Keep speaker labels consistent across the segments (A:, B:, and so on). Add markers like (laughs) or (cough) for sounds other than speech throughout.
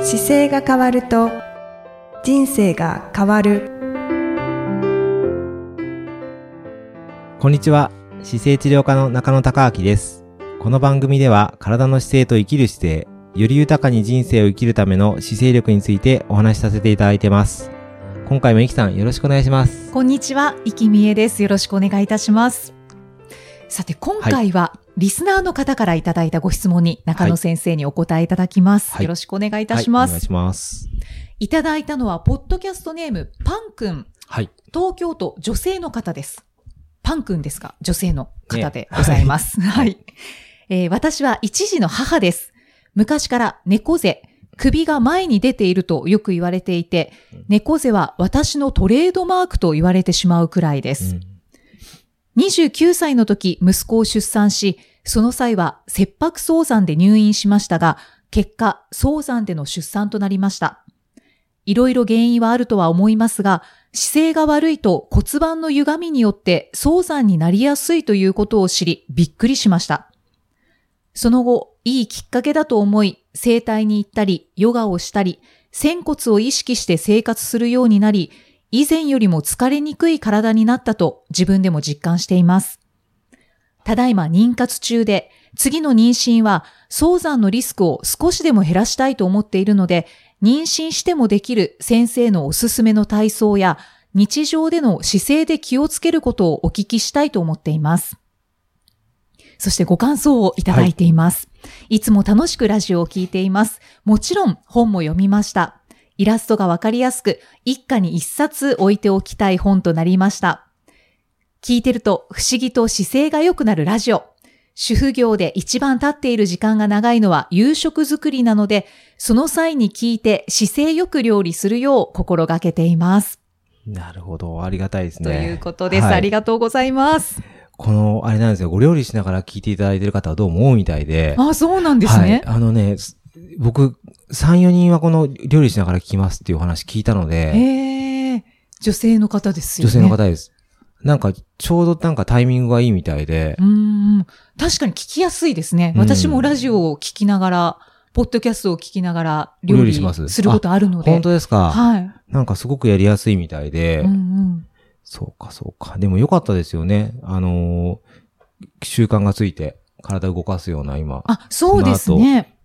A: 姿勢が変わると人生が変わる
B: こんにちは。姿勢治療科の中野孝明です。この番組では、体の姿勢と生きる姿勢、より豊かに人生を生きるための姿勢力についてお話しさせていただいてます。今回もイキさんよろしくお願いします。
C: こんにちは、生きみえです。よろしくお願いいたします。さて、今回は、リスナーの方からいただいたご質問に中野先生にお答えいただきます。
B: はい
C: よろしくお願いいたします。
B: はいい、お願いします。
C: ただいたのは、ポッドキャストネーム、パンくん、
B: はい。
C: 東京都女性の方です。パンくんですか女性の方でござい
B: (laughs)
C: ます。はい、えー私は一児の母です。昔から猫背、首が前に出ているとよく言われていて
B: うん、
C: 猫背は私のトレードマークと言われてしまうくらいです。29歳の時、息子を出産し、その際は切迫早産で入院しましたが、結果、早産での出産となりました。いろいろ原因はあるとは思いますが、姿勢が悪いと骨盤の歪みによって早産になりやすいということを知り、びっくりしました。その後、いいきっかけだと思い、整体に行ったり、ヨガをしたり、仙骨を意識して生活するようになり、以前よりも疲れにくい体になったと自分でも実感しています。ただいま妊活中で、次の妊娠は早産のリスクを少しでも減らしたいと思っているので、妊娠してもできる先生のおすすめの体操や、日常での姿勢で気をつけることをお聞きしたいと思っています。そしてご感想をいただいています。いつも楽しくラジオを聞いています。もちろん本も読みました。イラストがわかりやすく、一家に一冊置いておきたい本となりました。聞いてると不思議と姿勢が良くなるラジオ。主婦業で一番経っている時間が長いのは夕食作りなので、その際に聞いて姿勢よく料理するよう心がけています。
B: なるほど。ありがたいですね。
C: ということです。
B: はい
C: ありがとうございます。
B: この、あれなんですよ。ご料理しながら聞いていただいてる方はどうも多いみたいで。
C: あ、そうなんですね。
B: はい。あのね、す僕、3、4人はこの料理しながら聞きますっていうお話聞いたので。
C: へえ、女性の方ですよ
B: 女性
C: ね。
B: の方です。なんか、ちょうどなんかタイミングがいいみたいで
C: う、ーん。確かに聞きやすいですね。
B: うん
C: 私もラジオを聞きながら、ポッドキャストを聞きながら、料
B: 料理
C: 理
B: します
C: することあるので。
B: 本当ですか
C: はい。
B: なんかすごくやりやすいみたいで、
C: うんうん。
B: そうかそうか。でも良かったですよね。あのー習慣がついて、体動かすような今。
C: あ、そうですね。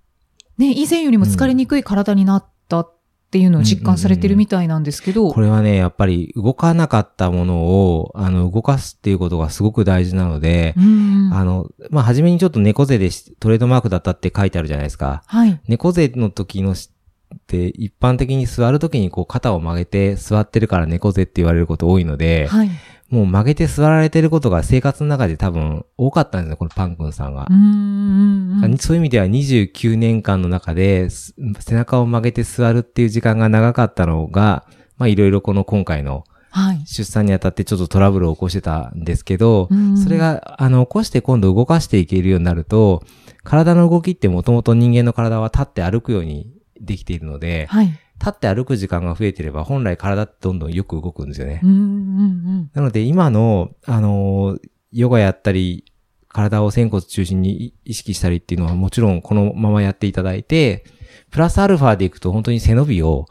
C: ね、以前よりも疲れにくい体になったっていうのを実感されてるみたいなんですけど。
B: これはね、やっぱり動かなかったものを、あの、動かすっていうことがすごく大事なので、
C: うんうん。
B: あの、まあ、初めにちょっと猫背でしトレードマークだったって書いてあるじゃないですか。
C: はい。
B: 猫背の時のしって、一般的に座る時にこう肩を曲げて座ってるから猫背って言われること多いので、
C: はい。
B: もう曲げて座られてることが生活の中で多分多かったんですね、このパン君さんが
C: う。んうんうん。
B: そういう意味では29年間の中です背中を曲げて座るっていう時間が長かったのが、まあいろいろこの今回の
C: はい。
B: 出産にあたってちょっとトラブルを起こしてたんですけど、
C: うん
B: それが、あの、起こして今度動かしていけるようになると、体の動きってもともと人間の体は立って歩くようにできているので、
C: はい。
B: 立って歩く時間が増えてれば本来体ってどんどんよく動くんですよね。
C: うんうん
B: なので今の、あのーヨガやったり、体を仙骨中心に意識したりっていうのはもちろんこのままやっていただいて、プラスアルファでいくと本当に背伸びを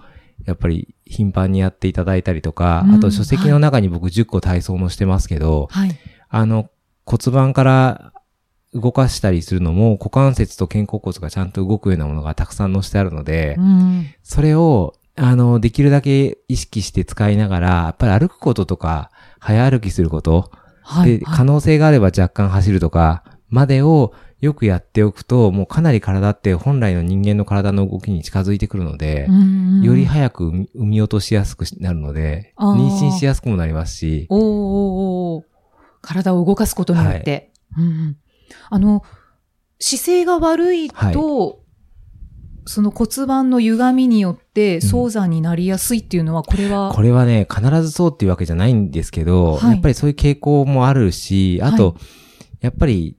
B: やっぱり頻繁にやっていただいたりとか、
C: うん
B: あと書籍の中に僕10個体操もしてますけど、
C: はい。
B: あの骨盤から動かしたりするのも股関節と肩甲骨がちゃんと動くようなものがたくさん載せてあるので、
C: うん
B: それを、あの、できるだけ意識して使いながら、やっぱり歩くこととか、早歩きすること、
C: はい。
B: で、
C: は
B: 可能性があれば若干走るとか、までをよくやっておくと、もうかなり体って本来の人間の体の動きに近づいてくるので
C: い。う、んうん
B: より早く産み産み落としやすくなるので、
C: あー
B: 妊娠しやすくもなりますし、
C: おーおーおー体を動かすことによって。うんうんあの、姿勢が悪いと、
B: はい
C: その骨盤の歪みによって早産になりやすいっていうのは、これは、
B: これはね、必ずそうっていうわけじゃないんですけど、
C: はい
B: やっぱりそういう傾向もあるし、あと、
C: は
B: やっぱり、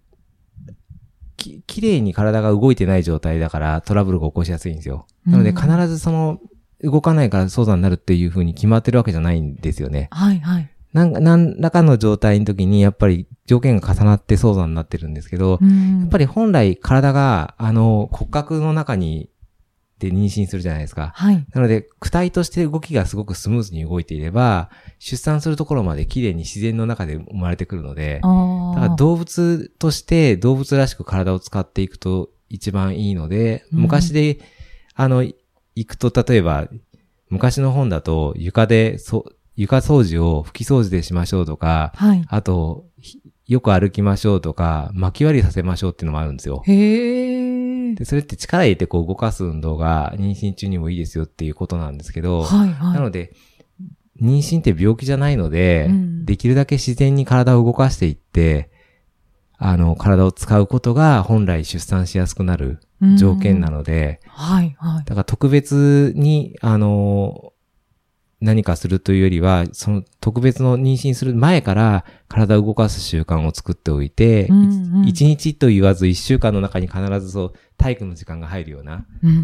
B: き、綺麗に体が動いてない状態だからトラブルが起こしやすいんですよ。なので
C: うん
B: 必ずその、動かないから早産になるっていう風に決まってるわけじゃないんですよね。
C: はいはい。
B: なんか、何らかの状態の時にやっぱり条件が重なって早産になってるんですけど、
C: や
B: やっぱ
C: り、
B: り本来体が、あの、骨格の中にって妊娠するじゃないですか。
C: はい。
B: なので、躯体として動きがすごくスムーズに動いていれば、出産するところまで綺麗に自然の中で生まれてくるので、
C: あ
B: だ
C: あ。
B: から動物として動物らしく体を使っていくと一番いいので、
C: うん
B: 昔で、あの、い行くと例えば、昔の本だと床で、そ床掃除を拭き掃除でしましょうとか、
C: はい。
B: あと、ひよく歩きましょうとか、巻き割りさせましょうっていうのもあるんですよ。
C: へえ。
B: でそれって力入れてこう動かす運動が妊娠中にもいいですよっていうことなんですけど、
C: はい
B: な
C: は
B: ので、妊娠って病気じゃないので、
C: うん
B: できるだけ自然に体を動かしていって、あの、体を使うことが本来出産しやすくなる
C: い。
B: 条件な
C: の。
B: ので、
C: はいはい。
B: だから特別に、あの、何かするというよりは、その特別の妊娠する前から体を動かす習慣を作っておいて、
C: うんうん
B: 1日と言わず1週間の中に必ずそう体育の時間が入るような、
C: うんうんう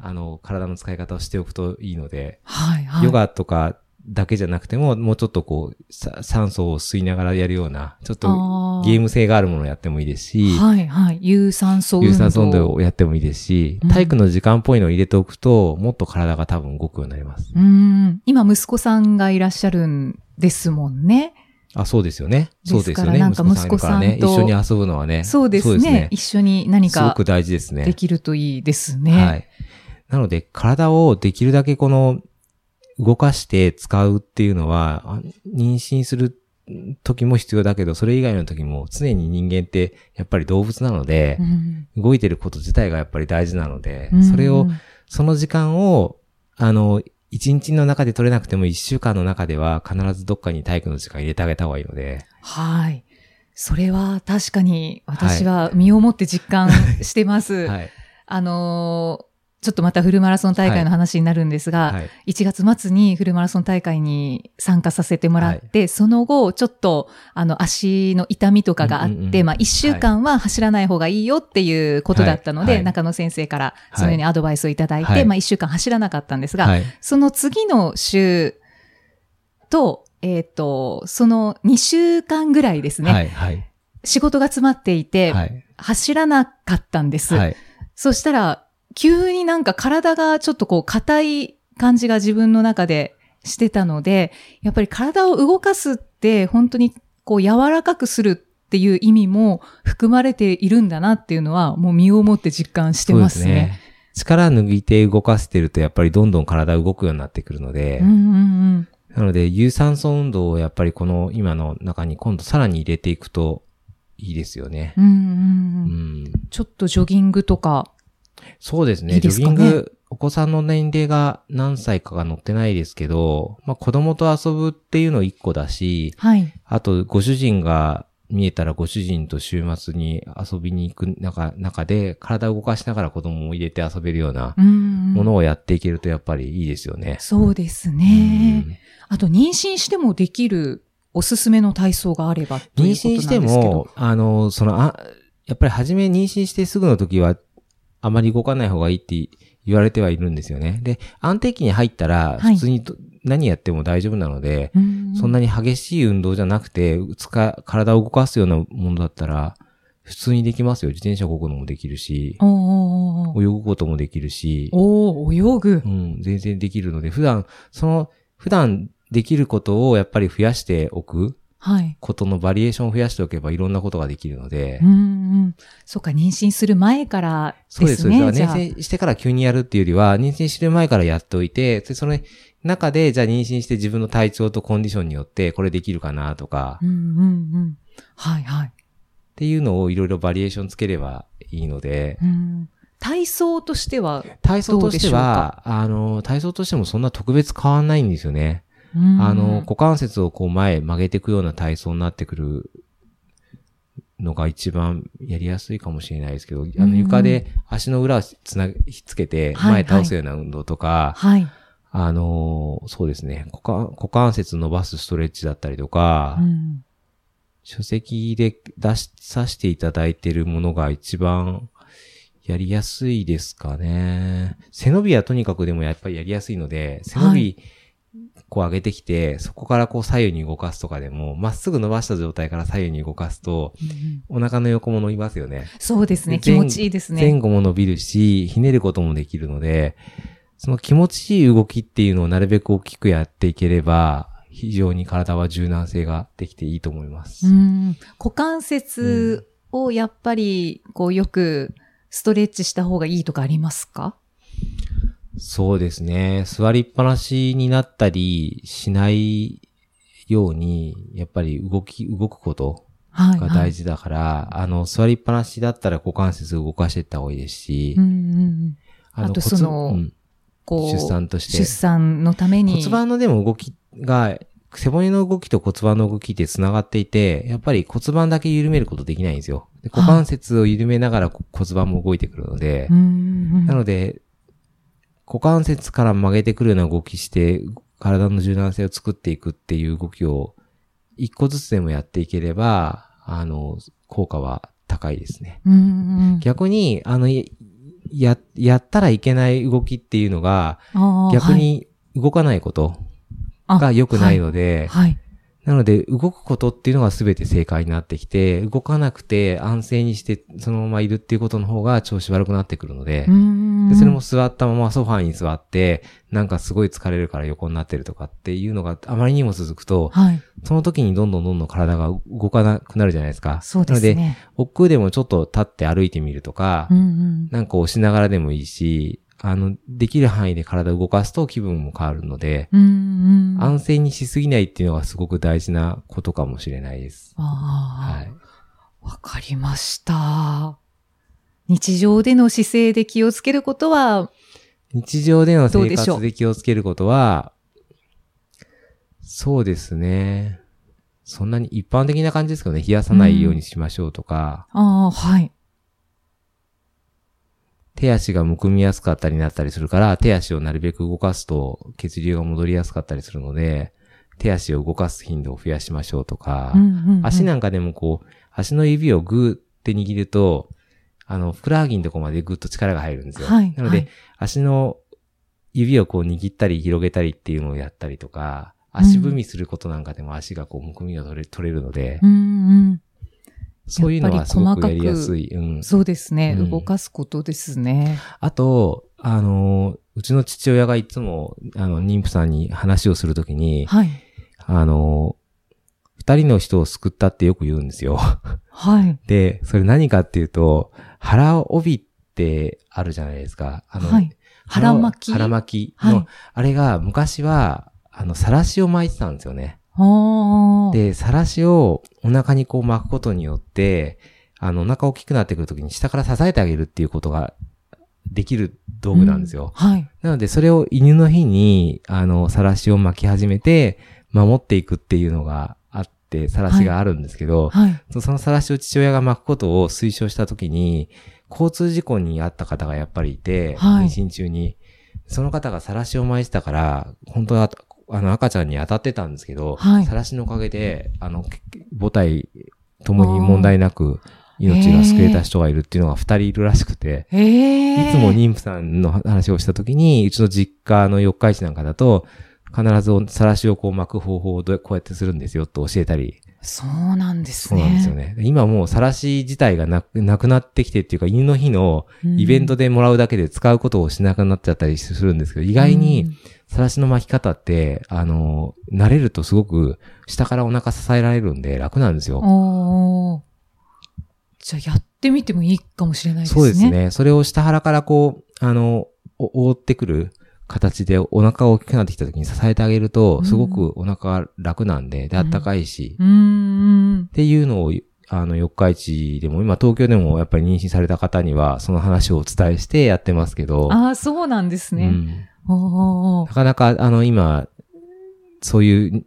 C: ん。
B: あの、体の使い方をしておくといいので、
C: はいはい。
B: ヨガとかだけじゃなくても、もうちょっとこう、さ酸素を吸いながらやるような、ちょっと
C: あー
B: ゲーム性があるものをやってもいいですし、
C: はいはい。有酸素運動。
B: 有酸素運動をやってもいいですし
C: うん、
B: 体育の時間っぽいのを入れておくと、もっと体が多分動くようになります。
C: うん。今、息子さんがいらっしゃるんですもんね。
B: あ、そうですよね。そうですよね。
C: ですからなんか
B: ね、
C: 息
B: 一
C: 子さ
B: 緒
C: ん
B: に
C: と
B: 遊ぶのはね。
C: そうですね。一緒に何
B: すご
C: か
B: く大事ですね。
C: できるといいですね。
B: はい。なので、体をできるだけこの、動かして使うっていうのは、あ妊娠する時も必要だけど、それ以外の時も常に人間ってやっぱり動物なので
C: う、ん
B: 動いてること自体がやっぱり大事なので
C: うん、
B: それを、その時間を、あの、一日の中で取れなくても一週間の中では必ずどっかに体育の時間入れてあげた方がいいので、
C: はい。それは確かに私は身をもって実感してます。
B: (laughs) はい。
C: あのーちょっとまたフルマラソン大会の話になるんですが、
B: はい。
C: 1月末にフルマラソン大会に参加させてもらって、その後、ちょっと、あの、足の痛みとかがあって、
B: うんうんうん
C: まあ、1週間は走らない方がいいよっていうことだったの
B: は
C: で、
B: いはい
C: 中野先生から
B: い
C: そのようにアドバイスをいただいて、
B: はい
C: まあ、1週間走らなかったんですが、
B: はい。
C: その次の週と、えっ、と、その2週間ぐらいですね、
B: はい。はい。
C: 仕事が詰まっていて、
B: はい。
C: 走らなかったんです。
B: はい。
C: そしたら、急になんか体がちょっとこう硬い感じが自分の中でしてたので、やっぱり体を動かすって本当にこう柔らかくするっていう意味も含まれているんだなっていうのはもう身をもって実感してます
B: そうです
C: ね。
B: ね。力抜いて動かしてるとやっぱりどんどん体動くようになってくるので、
C: うんうんうん。
B: なので有酸素運動をやっぱりこの今の中に今度さらに入れていくといいですよね。
C: うん
B: う
C: うん
B: ん。
C: ちょっとジョギングとか。
B: そうですね
C: いいで
B: ジ
C: す
B: ョ
C: か
B: ギン
C: ね
B: グ、お子さんの年齢が何歳かが載ってないですけど、まあ子供と遊ぶっていうの一個だし、
C: はい。
B: あとご主人が見えたらご主人と週末に遊びに行く中中で体を動かしながら子供を入れて遊べるような
C: うんうん、
B: ものをやっていけるとやっぱりいいですよね。
C: そうですね。あと妊娠してもできるおすすめの体操があれば
B: 妊
C: ということな
B: 娠
C: んです
B: し
C: け
B: て
C: ど。
B: も、あの、その、あ、やっぱり初め妊娠してすぐの時は、あまり動かない方がいいって言われてはいるんですよね。で、安定期に入ったら、
C: はい
B: 普通にど何やっても大丈夫なので、
C: うんうん
B: そんなに激しい運動じゃなくて、つか、体を動かすようなものだったら、普通にできますよ。自転車こぐのもできるし、
C: おー
B: 泳ぐこともできるし、
C: おーおー泳ぐ
B: う。ん、全然できるので、普段、その、普段できることをやっぱり増やしておく。
C: はい。
B: ことのバリエーションを増やしておけばいろんなことができるので
C: う、んうん。そうか、妊娠する前から
B: そう
C: で
B: です
C: す
B: そうですだ
C: ね。じ
B: か
C: ゃ
B: ら
C: あ。
B: 妊娠してから急にやるっていうよりは、妊娠してる前からやっておいて、でその中で、じゃあ妊娠して自分の体調とコンディションによって、これできるかなとか、
C: う
B: っ
C: んうんうん。はいはい。
B: ていうのをいろいろバリエーションつければいいので、
C: うん体操としては、
B: 体操として
C: ど
B: は、あの、体操としてもそんな特別変わんないんですよね。
C: うん
B: あの、股関節をこう前曲げていくような体操になってくるのが一番やりやすいかもしれないですけど、あ
C: うん
B: の床で足の裏をつな、ひっつけて
C: はいは
B: 前
C: い
B: 倒すような運動とか、
C: はい。
B: あのー、そうですね、股関股関節伸ばすストレッチだったりとか
C: う、ん
B: 書籍で出しさせていただいてるものが一番やりやすいですかね。背伸びはとにかくでもやっぱりやりやすいので、背伸
C: は
B: びこう上げてきて、そこからこう左右に動かすとかでも、まっすぐ伸ばした状態から左右に動かすと、お腹の横も伸びますよね。
C: そうですね。
B: で
C: 気持ちいいです
B: 前
C: ね。
B: 後も伸びるし、ひねることもできるので、その気持ちいい動きっていうのをなるべく大きくやっていければ、非常に体は柔軟性ができていいと思います。
C: うん股関節をやっぱり、こうよくストレッチした方がいいとかありますか
B: そうですね。座りっぱなしになったりしないように、やっぱり動き、動くこと
C: はい、
B: が
C: は
B: 大
C: い。
B: 事だから、あの、座りっぱなしだったら股関節動かしていった方がいいですし、
C: うんうんうん
B: の
C: あと
B: 骨
C: その
B: ん
C: こう
B: 出産として
C: 出産のために。
B: 骨盤のでも動きが、背骨の動きと骨盤の動きって繋がっていて、やっぱり骨盤だけ緩めることできないんですよ。で
C: はい
B: 股関節を緩めながらこ骨盤も動いてくるので、
C: うん
B: な
C: うん
B: ので、股関節から曲げてくるような動きして、体の柔軟性を作っていくっていう動きを、一個ずつでもやっていければ、あの、効果は高いですね。
C: うんうん
B: 逆に、あの、いや、やったらいけない動きっていうのが、
C: あー
B: 逆に動かないこと
C: あ
B: が良くないので、
C: はいはい
B: なので動くことっていうのが全て正解になってきて、動かなくて安静にしてそのままいるっていうことの方が調子悪くなってくるので、
C: うん
B: でそれも座ったままソファーに座って、なんかすごい疲れるから横になってるとかっていうのがあまりにも続くと、
C: はい。
B: その時にどんどんどんどん体が動かなくなるじゃないですか。
C: そうです
B: なので、
C: ね。
B: 億劫でもちょっと立って歩いてみるとか、
C: うんうん
B: なんか押しながらでもいいし、あの、できる範囲で体を動かすと気分も変わるので、
C: うんうん。
B: 安静にしすぎないっていうのがすごく大事なことかもしれないです。は
C: あ
B: い。
C: あ、わかりました。日常での姿勢で気をつけることは、
B: 日常での
C: どう
B: 生
C: でしょう
B: 活で気をつけることは、そうですね。そんなに一般的な感じですけどね、冷やさないようにしましょうとか、
C: ああ、はい。
B: 手足がむくみやすかったりなったりするから、手足をなるべく動かすと血流が戻りやすかったりするので、手足を動かす頻度を増やしましょうとか、足
C: ん
B: なんかでもこう、足の指をグーって握ると、あの、ふくらはぎのとこまでグッと力が入るんですよ。
C: はい
B: なので、
C: はい
B: 足の指をこう握ったり広げたりっていうのをやったりとか、足踏みすることなんかでも足がこう、むくみが取れ取れるので、
C: うんうん。
B: そういうのはすごくやりやす
C: や
B: い。うん。
C: そうですね。
B: うん
C: 動かすことですね。
B: あと、あの、うちの父親がいつも、あの、妊婦さんに話をするときに、
C: はい。
B: あの、二人の人を救ったってよく言うんですよ。
C: はい。
B: で、それ何かっていうと、腹帯ってあるじゃないですか。あの、
C: はい。腹巻き。
B: 腹
C: 巻
B: 巻きの、
C: はい
B: あれが昔は、あの、さらしを巻いてたんですよね。
C: き。ああ。
B: で、さらしをお腹にこう巻くことによって、あの、お腹大きくなってくるときに下から支えてあげるっていうことができる道具なんですよ。
C: うんはい。
B: なので、それを犬の日に、あの、さらしを巻き始めて、守っていくっていうのがあって、さらしがあるんですけど、
C: はい。
B: そそのさらしを父親が巻くことを推奨したときに、交通事故に遭った方がやっぱりいて、
C: はい
B: 妊娠中に、その方がさらしを巻いてたから、本当は、あの、赤ちゃんに当たってたんですけど、
C: はい
B: さらしのおかげで、あの、け母体ともに問題なく命が救えた人がいるっていうのが二人いるらしくて、
C: ええ。
B: いつも妊婦さんの話をしたときに、うちの実家の四日市なんかだと、必ずおさらしをこう巻く方法をどうこうやってするんですよって教えたり
C: そうなんです
B: そう
C: ね。
B: なんですよね。今もう、さらし自体がなくなくなってきてっていうか、犬の日の
C: うん。
B: イベントでもらうだけで使うことをしなくなっちゃったりするんですけど、意外
C: うん
B: に、、さらしの巻き方って、あの、慣れるとすごく、下からお腹支えられるんで楽なんですよ。
C: おーじゃあやってみてもいいかもしれないですね。
B: そうです。ね。それを下腹からこう、あの、お覆ってくる形でお腹が大きくなってきた時に支えてあげる
C: うん
B: と、すごくお腹が楽なんで、で、あったかいし、
C: うー
B: っ
C: ん。
B: ていうのを、あの、四日市でも、今東京でもやっぱり妊娠された方には、その話をお伝えしてやってますけど、
C: ああ、そうなんです
B: う
C: ね。
B: ん
C: おー
B: なかなか、あの、今、そういう、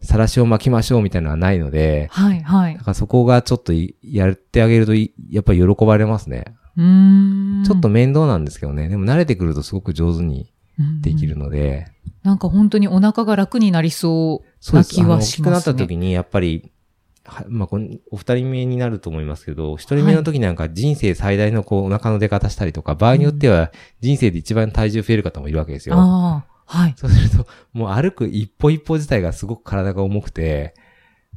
B: さらしを巻きましょうみたいなのはないので、
C: はい、はい
B: だ。からそこがちょっといやってあげるとい、やっぱり喜ばれますね。
C: うーん。
B: ちょっと面倒なんですけどね。でも慣れてくるとすごく上手にできる
C: うん。
B: ので、
C: なんか本当にお腹が楽になりそう。
B: そうですあ
C: な気
B: の
C: は
B: 大
C: し
B: き
C: ますね
B: くなった時に、やっぱり、はまあ、こんお二人目になると思いますけど、一人目の時なんか人生最大のこうお腹の出方したりとか、場合によっては人生で一番体重増える方もいるわけですよ。
C: ああ。はい。
B: そうすると、もう歩く一歩一歩自体がすごく体が重くて、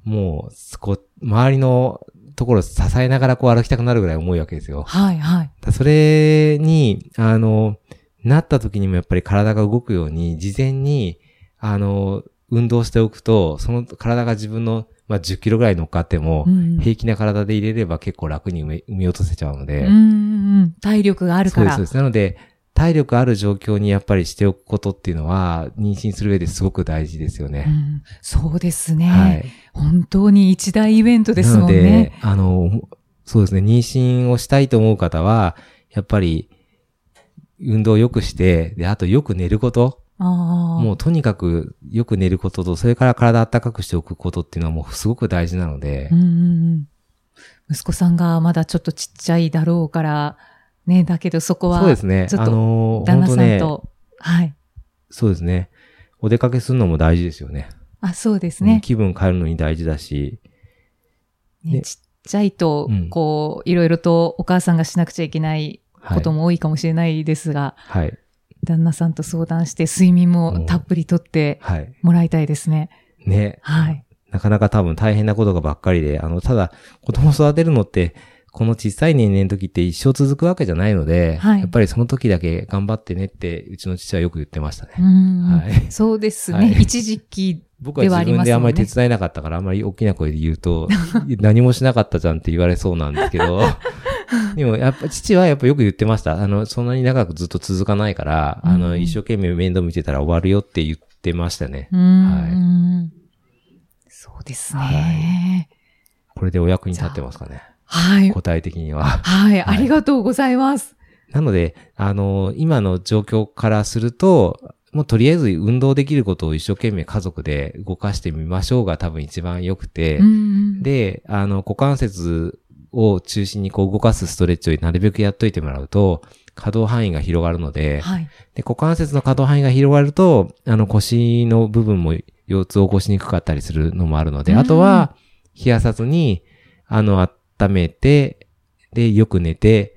B: もう、こう、周りのところを支えながらこう歩きたくなるぐらい重いわけですよ。
C: はい、はい。
B: だそれに、あの、なった時にもやっぱり体が動くように、事前に、あの、運動しておくと、その体が自分の、まあ、10キロぐらい乗っかっても、
C: うん
B: 平気な体で入れれば結構楽に埋め埋め落とせちゃうので、
C: うんうんうん、体力がある
B: そ
C: か
B: うです、
C: ら。
B: そうです。なので、体力ある状況にやっぱりしておくことっていうのは、妊娠する上ですごく大事ですよ
C: う
B: ね。
C: んそうですね、
B: はい。
C: 本当に一大イベントですもん
B: なの
C: ね。
B: で、あの、そうですね、妊娠をしたいと思う方は、やっぱり、運動をよくして、で、あとよく寝ること。も
C: も
B: うとにかくよく寝ることと、それから体温かくしておくことっていうのはもうすごく大事なので、
C: うんうんうん息子さんがまだちょっとちっちゃいだろうから、ね、だけどそこは、
B: そうですね。
C: ちょっ
B: あ
C: と
B: の、
C: 旦
B: 本
C: 那
B: 当
C: さん
B: ね、
C: と、はい。
B: そうですね。お出かけするのも大事ですよね。
C: あ、そうです
B: うん
C: ね。
B: 気分変えるのに大事だし、
C: ね
B: ね
C: ちっちゃいと
B: うん、
C: こう、いろいろとお母さんがしなくちゃいけない
B: は
C: こ
B: い
C: と。も多いかもしれないですが、
B: はい。
C: 旦那さんと相談して睡眠もたっぷりとって
B: はい。
C: もらいたいですね。
B: ね。
C: はい。
B: なかなか多分大変なことがばっかりで、あの、ただ、子供育てるのって、この小さい年齢の時って一生続くわけじゃないので、
C: はい
B: やっぱりその時だけ頑張ってねって、うちの父はよく言ってましたね。
C: うん
B: はい
C: そうですね。
B: はい
C: 一時期、
B: 僕は自
C: ではあり
B: 分
C: ます
B: で
C: よね
B: あんまり手伝えなかったから、あんまり大きな声で言う
C: (laughs)
B: と、何もしなかったじゃんって言われそうなんですけど、でもやっぱ父はやっぱよく言ってました。あの、そんなに長くずっと続かないから、あ
C: う
B: の、
C: ん
B: 一生懸命面倒見てたら終わるよって言ってましたね。
C: うんそうですね。
B: これでお役に立ってますかね。
C: はい。
B: 答え的には。
C: はい。ありがとうございます。
B: なので、あの、今の状況からすると、もうとりあえず運動できることを一生懸命家族で動かしてみましょうが多分一番良くて、
C: うん
B: で、あの、股関節を中心にこう動かすストレッチをなるべくやっといてもらうと、可動範囲が広がるので、
C: はい。
B: で股関節の可動範囲が広がると、あの腰の部分も腰痛を起こしにくかったりするのもあるので、
C: うん
B: あとは冷やさずに、あの、温めて、で、よく寝て、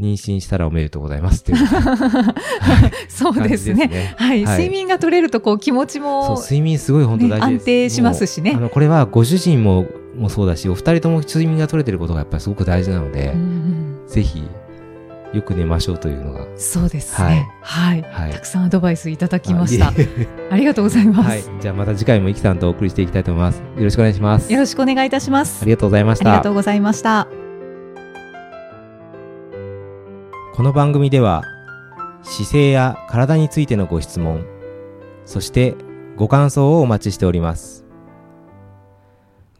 B: 妊娠したらおめでとうございますっていう
C: (laughs) そう
B: 感じ
C: ですね。はい。
B: はい
C: 睡眠が取れると、こう、気持
B: そ
C: ち
B: う、
C: も、
B: 睡眠すごい本当大事です。
C: ね安定しますしね
B: もうあの、これはご主人も、もそうだし、お二人とも睡眠が取れてることがやっぱりすごく大事なので、
C: うん
B: ぜひ、よく寝ましょうというのが。
C: そうですね。はい。
B: はい
C: たくさんアドバイスいただきました
B: あいえいえ
C: ありがとうございま
B: はい
C: す、。
B: じゃあまた次回もイキさんとお送りしていきたいと思います。よろしくお願いします。
C: よろしくお願いいたします
B: ありがとうございまし
C: あり
B: た
C: がと。うございました
B: この番組では、姿勢や体についてのご質問、そしてご感想をお待ちしております。